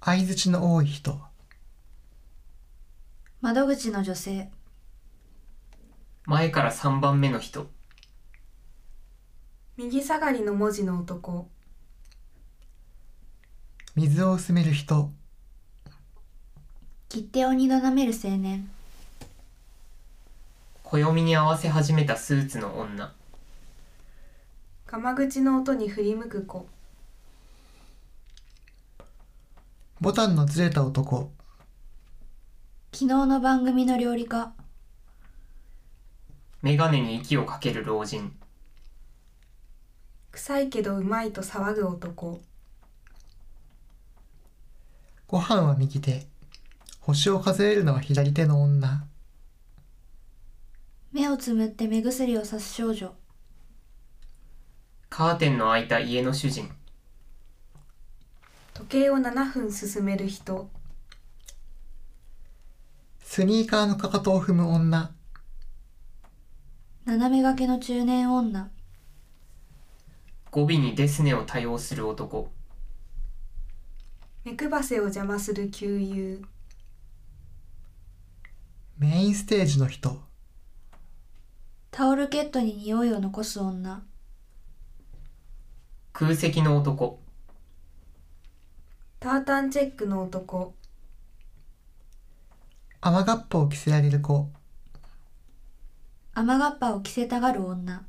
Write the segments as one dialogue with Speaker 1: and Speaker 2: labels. Speaker 1: 相槌の多い人
Speaker 2: 窓口の女性
Speaker 3: 前から3番目の人
Speaker 4: 右下がりの文字の男
Speaker 1: 水を薄める人
Speaker 2: 切手を二度舐める青年
Speaker 3: 暦に合わせ始めたスーツの女
Speaker 4: 釜口の音に振り向く子
Speaker 1: ボタンのずれた男
Speaker 2: 昨日の番組の料理家
Speaker 3: メガネに息をかける老人
Speaker 4: 臭いけどうまいと騒ぐ男
Speaker 1: ご飯は右手星を数えるのは左手の女
Speaker 2: 目をつむって目薬をさす少女
Speaker 3: カーテンの開いた家の主人
Speaker 4: 時計を7分進める人
Speaker 1: スニーカーのかかとを踏む女
Speaker 2: 斜め掛けの中年女
Speaker 3: 語尾にデスネを多用する男
Speaker 4: 目くばせを邪魔する旧友
Speaker 1: メインステージの人
Speaker 2: タオルケットに匂いを残す女
Speaker 3: 空席の男
Speaker 4: タータンチェックの男
Speaker 1: 雨がっぽを着せられる子
Speaker 2: 雨がっぱを着せたがる女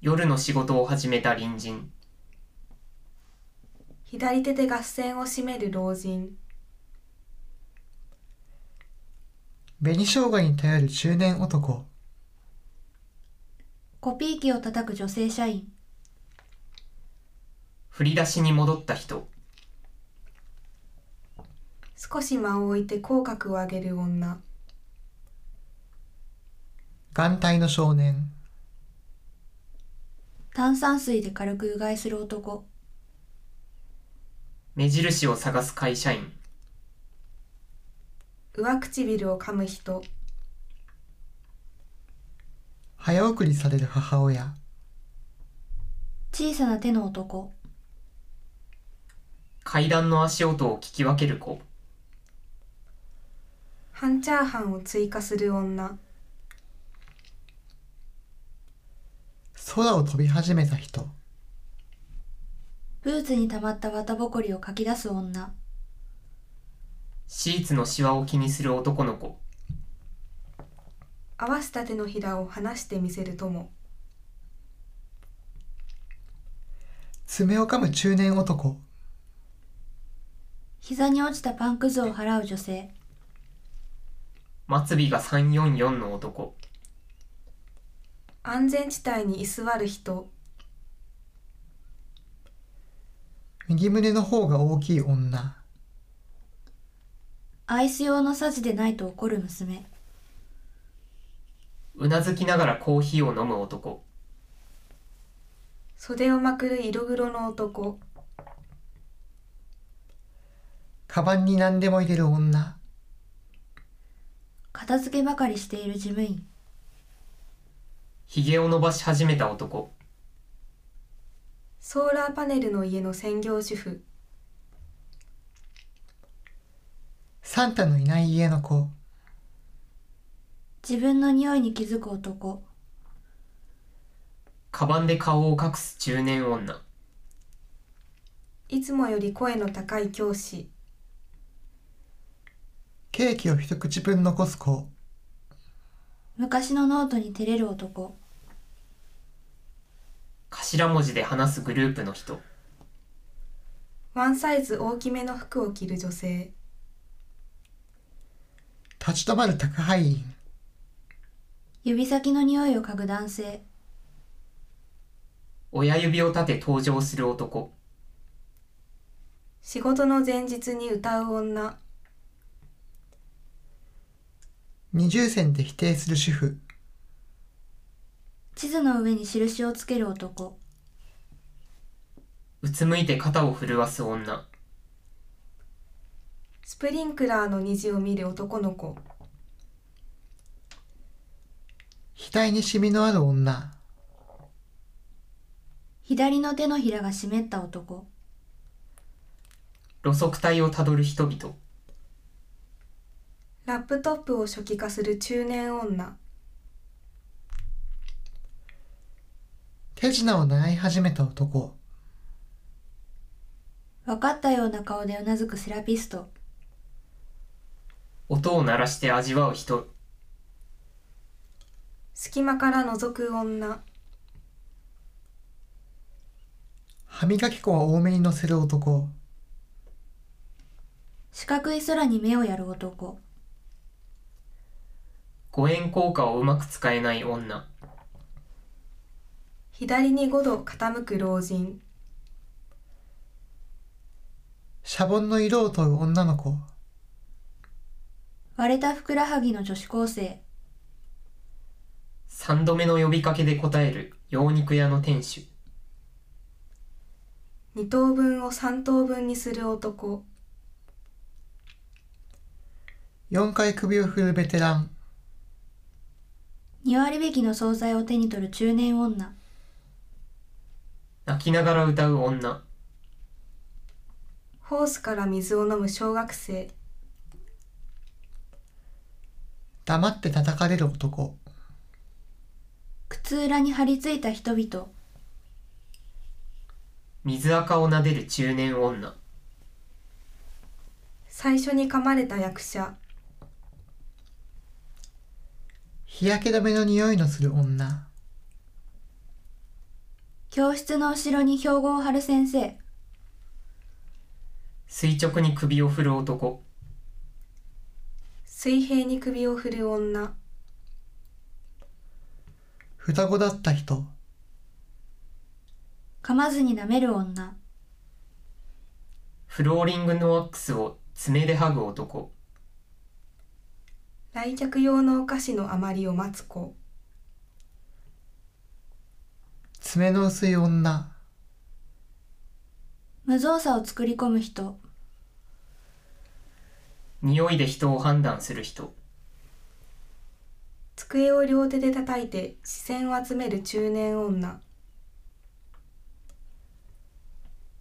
Speaker 3: 夜の仕事を始めた隣人
Speaker 4: 左手で合戦を締める老人
Speaker 1: 紅生姜に頼る中年男
Speaker 2: コピー機を叩く女性社員
Speaker 3: 振り出しに戻った人
Speaker 4: 少し間を置いて口角を上げる女
Speaker 1: 眼帯の少年
Speaker 2: 炭酸水で軽くうがいする男
Speaker 3: 目印を探す会社員
Speaker 4: 上唇を噛む人
Speaker 1: 早送りされる母親
Speaker 2: 小さな手の男
Speaker 3: 階段の足音を聞き分ける子
Speaker 4: 半チャーハンを追加する女
Speaker 1: 空を飛び始めた人
Speaker 2: ブーツに溜まった綿ぼこりをかき出す女
Speaker 3: シーツのシワを気にする男の子
Speaker 4: 合わせた手のひらを離してみせる友
Speaker 1: 爪を噛む中年男
Speaker 2: 膝に落ちたパンくずを払う女性
Speaker 3: 末尾が344の男
Speaker 4: 安全地帯に居座る人
Speaker 1: 右胸の方が大きい女
Speaker 2: アイス用のサジでないと怒る娘
Speaker 3: うなずきながらコーヒーを飲む男
Speaker 4: 袖をまくる色黒の男
Speaker 1: カバンに何でも入れる女
Speaker 2: 片付けばかりしている事務員
Speaker 3: ひげを伸ばし始めた男
Speaker 4: ソーラーパネルの家の専業主婦
Speaker 1: サンタのいない家の子
Speaker 2: 自分の匂いに気づく男
Speaker 3: カバンで顔を隠す中年女
Speaker 4: いつもより声の高い教師
Speaker 1: ケーキを一口分残す子
Speaker 2: 昔のノートに照れる男
Speaker 3: 頭文字で話すグループの人
Speaker 4: ワンサイズ大きめの服を着る女性
Speaker 1: 立ち止まる宅配員
Speaker 2: 指先の匂いを嗅ぐ男性
Speaker 3: 親指を立て登場する男
Speaker 4: 仕事の前日に歌う女
Speaker 1: 二重線で否定する主婦
Speaker 2: 地図の上に印をつける男
Speaker 3: うつむいて肩を震わす女
Speaker 4: スプリンクラーの虹を見る男の子
Speaker 1: 額にシミのある女
Speaker 2: 左の手のひらが湿った男
Speaker 3: 路側帯をたどる人々
Speaker 4: ラップトップを初期化する中年女
Speaker 1: 手品を習い始めた男
Speaker 2: 分かったような顔でうなずくセラピスト
Speaker 3: 音を鳴らして味わう人
Speaker 4: 隙間から覗く女
Speaker 1: 歯磨き粉は多めに乗せる男
Speaker 2: 四角い空に目をやる男
Speaker 3: 五円硬貨をうまく使えない女
Speaker 4: 左に5度傾く老人
Speaker 1: シャボンの色を問う女の子
Speaker 2: 割れたふくらはぎの女子高生
Speaker 3: 三度目の呼びかけで答える洋肉屋の店主
Speaker 4: 2等分を3等分にする男
Speaker 1: 4回首を振るベテラン
Speaker 2: 2割引きの惣菜を手に取る中年女
Speaker 3: 泣きながら歌う女
Speaker 4: ホースから水を飲む小学生
Speaker 1: 黙って叩かれる男
Speaker 2: 靴裏に張り付いた人々
Speaker 3: 水垢を撫でる中年女
Speaker 4: 最初に噛まれた役者
Speaker 1: 日焼け止めの匂いのする女
Speaker 2: 教室の後ろに標語を貼る先生
Speaker 3: 垂直に首を振る男
Speaker 4: 水平に首を振る女
Speaker 1: 双子だった人
Speaker 2: 噛まずに舐める女
Speaker 3: フローリングのワックスを爪で剥ぐ男
Speaker 4: 来客用のお菓子の余りを待つ子
Speaker 1: 爪の薄い女
Speaker 2: 無造作を作り込む人
Speaker 3: 匂いで人を判断する人
Speaker 4: 机を両手で叩いて視線を集める中年女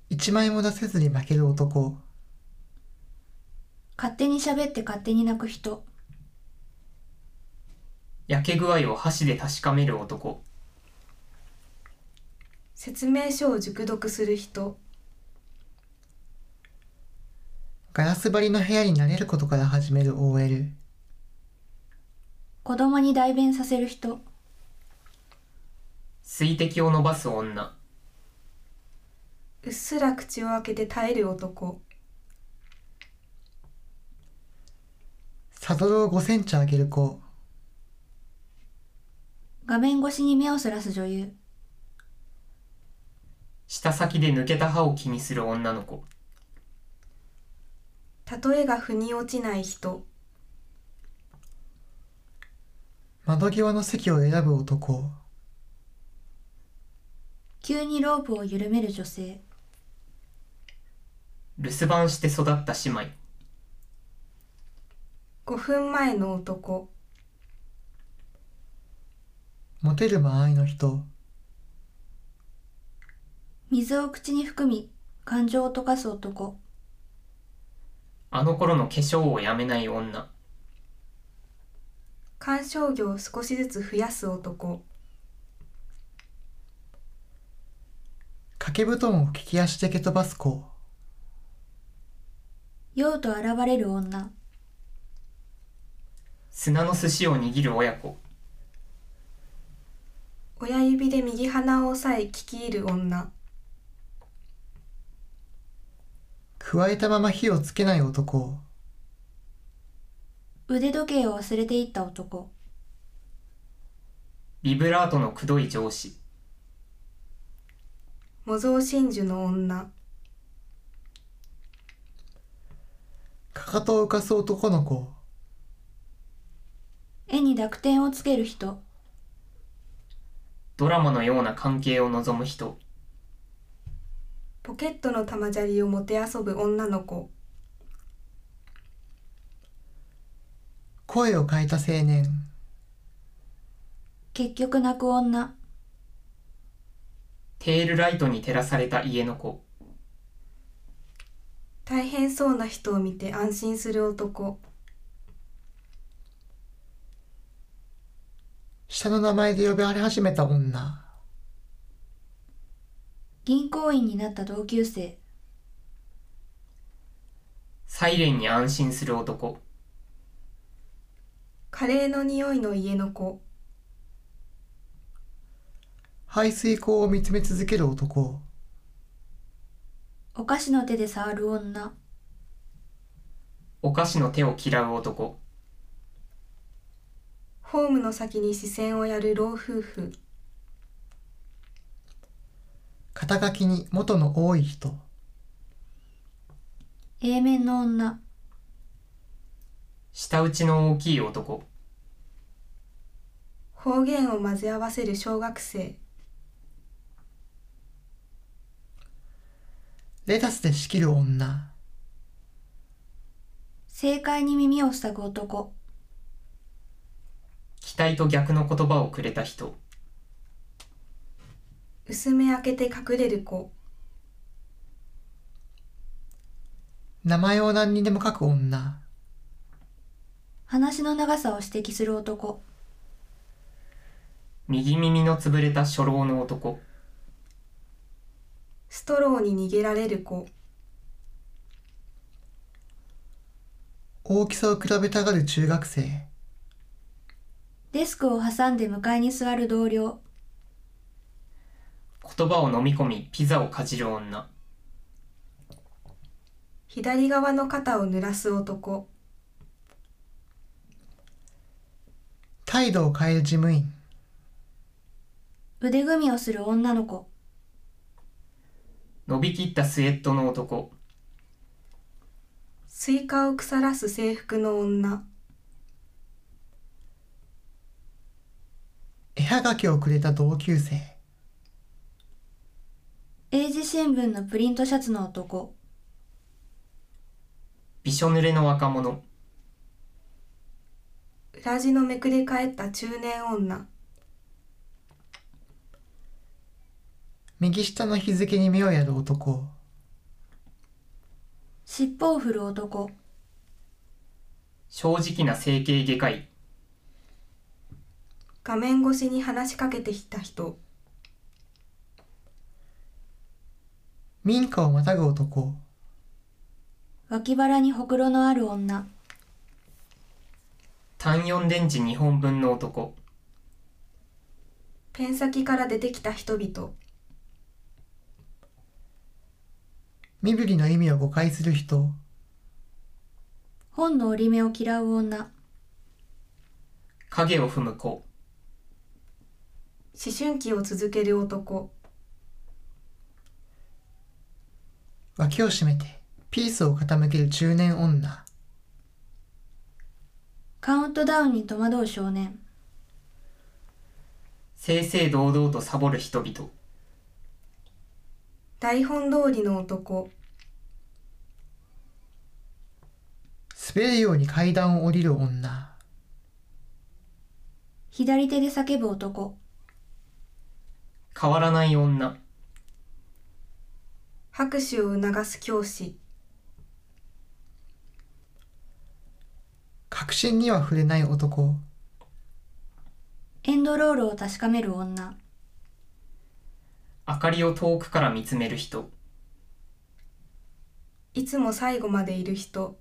Speaker 1: 一枚も出せずに負ける男
Speaker 2: 勝手に喋って勝手に泣く人
Speaker 3: 焼け具合を箸で確かめる男
Speaker 4: 説明書を熟読する人
Speaker 1: ガラス張りの部屋に慣れることから始める OL
Speaker 2: 子供に代弁させる人
Speaker 3: 水滴を伸ばす女
Speaker 4: うっすら口を開けて耐える男
Speaker 1: サドルを5センチ上げる子
Speaker 2: 画面越しに目をそらす女優
Speaker 3: 舌先で抜けた歯を気にする女の子
Speaker 4: 例えが腑に落ちない人
Speaker 1: 窓際の席を選ぶ男
Speaker 2: 急にロープを緩める女性
Speaker 3: 留守番して育った姉妹
Speaker 4: 5分前の男
Speaker 1: モテる間合いの人
Speaker 2: 水を口に含み感情を溶かす男
Speaker 3: あの頃の化粧をやめない女
Speaker 4: 観賞魚を少しずつ増やす男
Speaker 1: 掛け布団を利き足で蹴飛ばす子
Speaker 2: 酔うと現れる女
Speaker 3: 砂の寿司を握る親子
Speaker 4: 親指で右鼻を押さえ聞き入る女
Speaker 1: 加えたまま火をつけない男
Speaker 2: 腕時計を忘れていった男
Speaker 3: ビブラートのくどい上司
Speaker 4: 模造真珠の女
Speaker 1: かかとを浮かす男の子
Speaker 2: 絵に濁点をつける人
Speaker 3: ドラマのような関係を望む人
Speaker 4: ポケットの玉砂利をもてあそぶ女の子
Speaker 1: 声を変えた青年
Speaker 2: 結局泣く女
Speaker 3: テールライトに照らされた家の子
Speaker 4: 太変そうな人を見て安心する男
Speaker 1: 下の名前で呼びられ始めた女
Speaker 2: 銀行員になった同級生
Speaker 3: サイレンに安心する男
Speaker 4: カレーの匂いの家の子
Speaker 1: 排水口を見つめ続ける男
Speaker 2: お菓子の手で触る女
Speaker 3: お菓子の手を嫌う男
Speaker 4: ホームの先に視線をやる老夫婦
Speaker 1: 肩書きに元の多い人
Speaker 2: A 面の女
Speaker 3: 舌打ちの大きい男
Speaker 4: 方言を混ぜ合わせる小学生
Speaker 1: レタスで仕切る女
Speaker 2: 正解に耳を塞ぐ男
Speaker 3: 期待と逆の言葉をくれた人
Speaker 4: 薄め開けて隠れる子
Speaker 1: 名前を何にでも書く女
Speaker 2: 話の長さを指摘する男
Speaker 3: 右耳の潰れた初老の男
Speaker 4: ストローに逃げられる子
Speaker 1: 大きさを比べたがる中学生
Speaker 2: デスクを挟んで向かいに座る同僚
Speaker 3: 言葉を飲み込みピザをかじる女
Speaker 4: 左側の肩を濡らす男
Speaker 1: 態度を変える事務員
Speaker 2: 腕組みをする女の子
Speaker 3: 伸びきったスウェットの男
Speaker 4: スイカを腐らす制服の女
Speaker 1: 絵はがきをくれた同級生
Speaker 2: 英字新聞のプリントシャツの男
Speaker 3: びしょ濡れの若者
Speaker 4: 裏地のめくれ返った中年女
Speaker 1: 右下の日付に目をやる男
Speaker 2: 尻尾を振る男
Speaker 3: 正直な整形外科医
Speaker 4: 画面越しに話しかけてきた人
Speaker 1: 民家をまたぐ男
Speaker 2: 脇腹にほくろのある女
Speaker 3: 単4電池2本分の男
Speaker 4: ペン先から出てきた人々
Speaker 1: 身振りの意味を誤解する人
Speaker 2: 本の折り目を嫌う女
Speaker 3: 影を踏む子
Speaker 4: 思春期を続ける男
Speaker 1: 脇を締めてピースを傾ける中年女
Speaker 2: カウントダウンに戸惑う少年
Speaker 3: 正々堂々とサボる人々
Speaker 4: 台本通りの男
Speaker 1: 滑るように階段を降りる女
Speaker 2: 左手で叫ぶ男
Speaker 3: 変わらない女
Speaker 4: 拍手を促す教師
Speaker 1: 確信には触れない男
Speaker 2: エンドロールを確かめる女
Speaker 3: 明かりを遠くから見つめる人
Speaker 4: いつも最後までいる人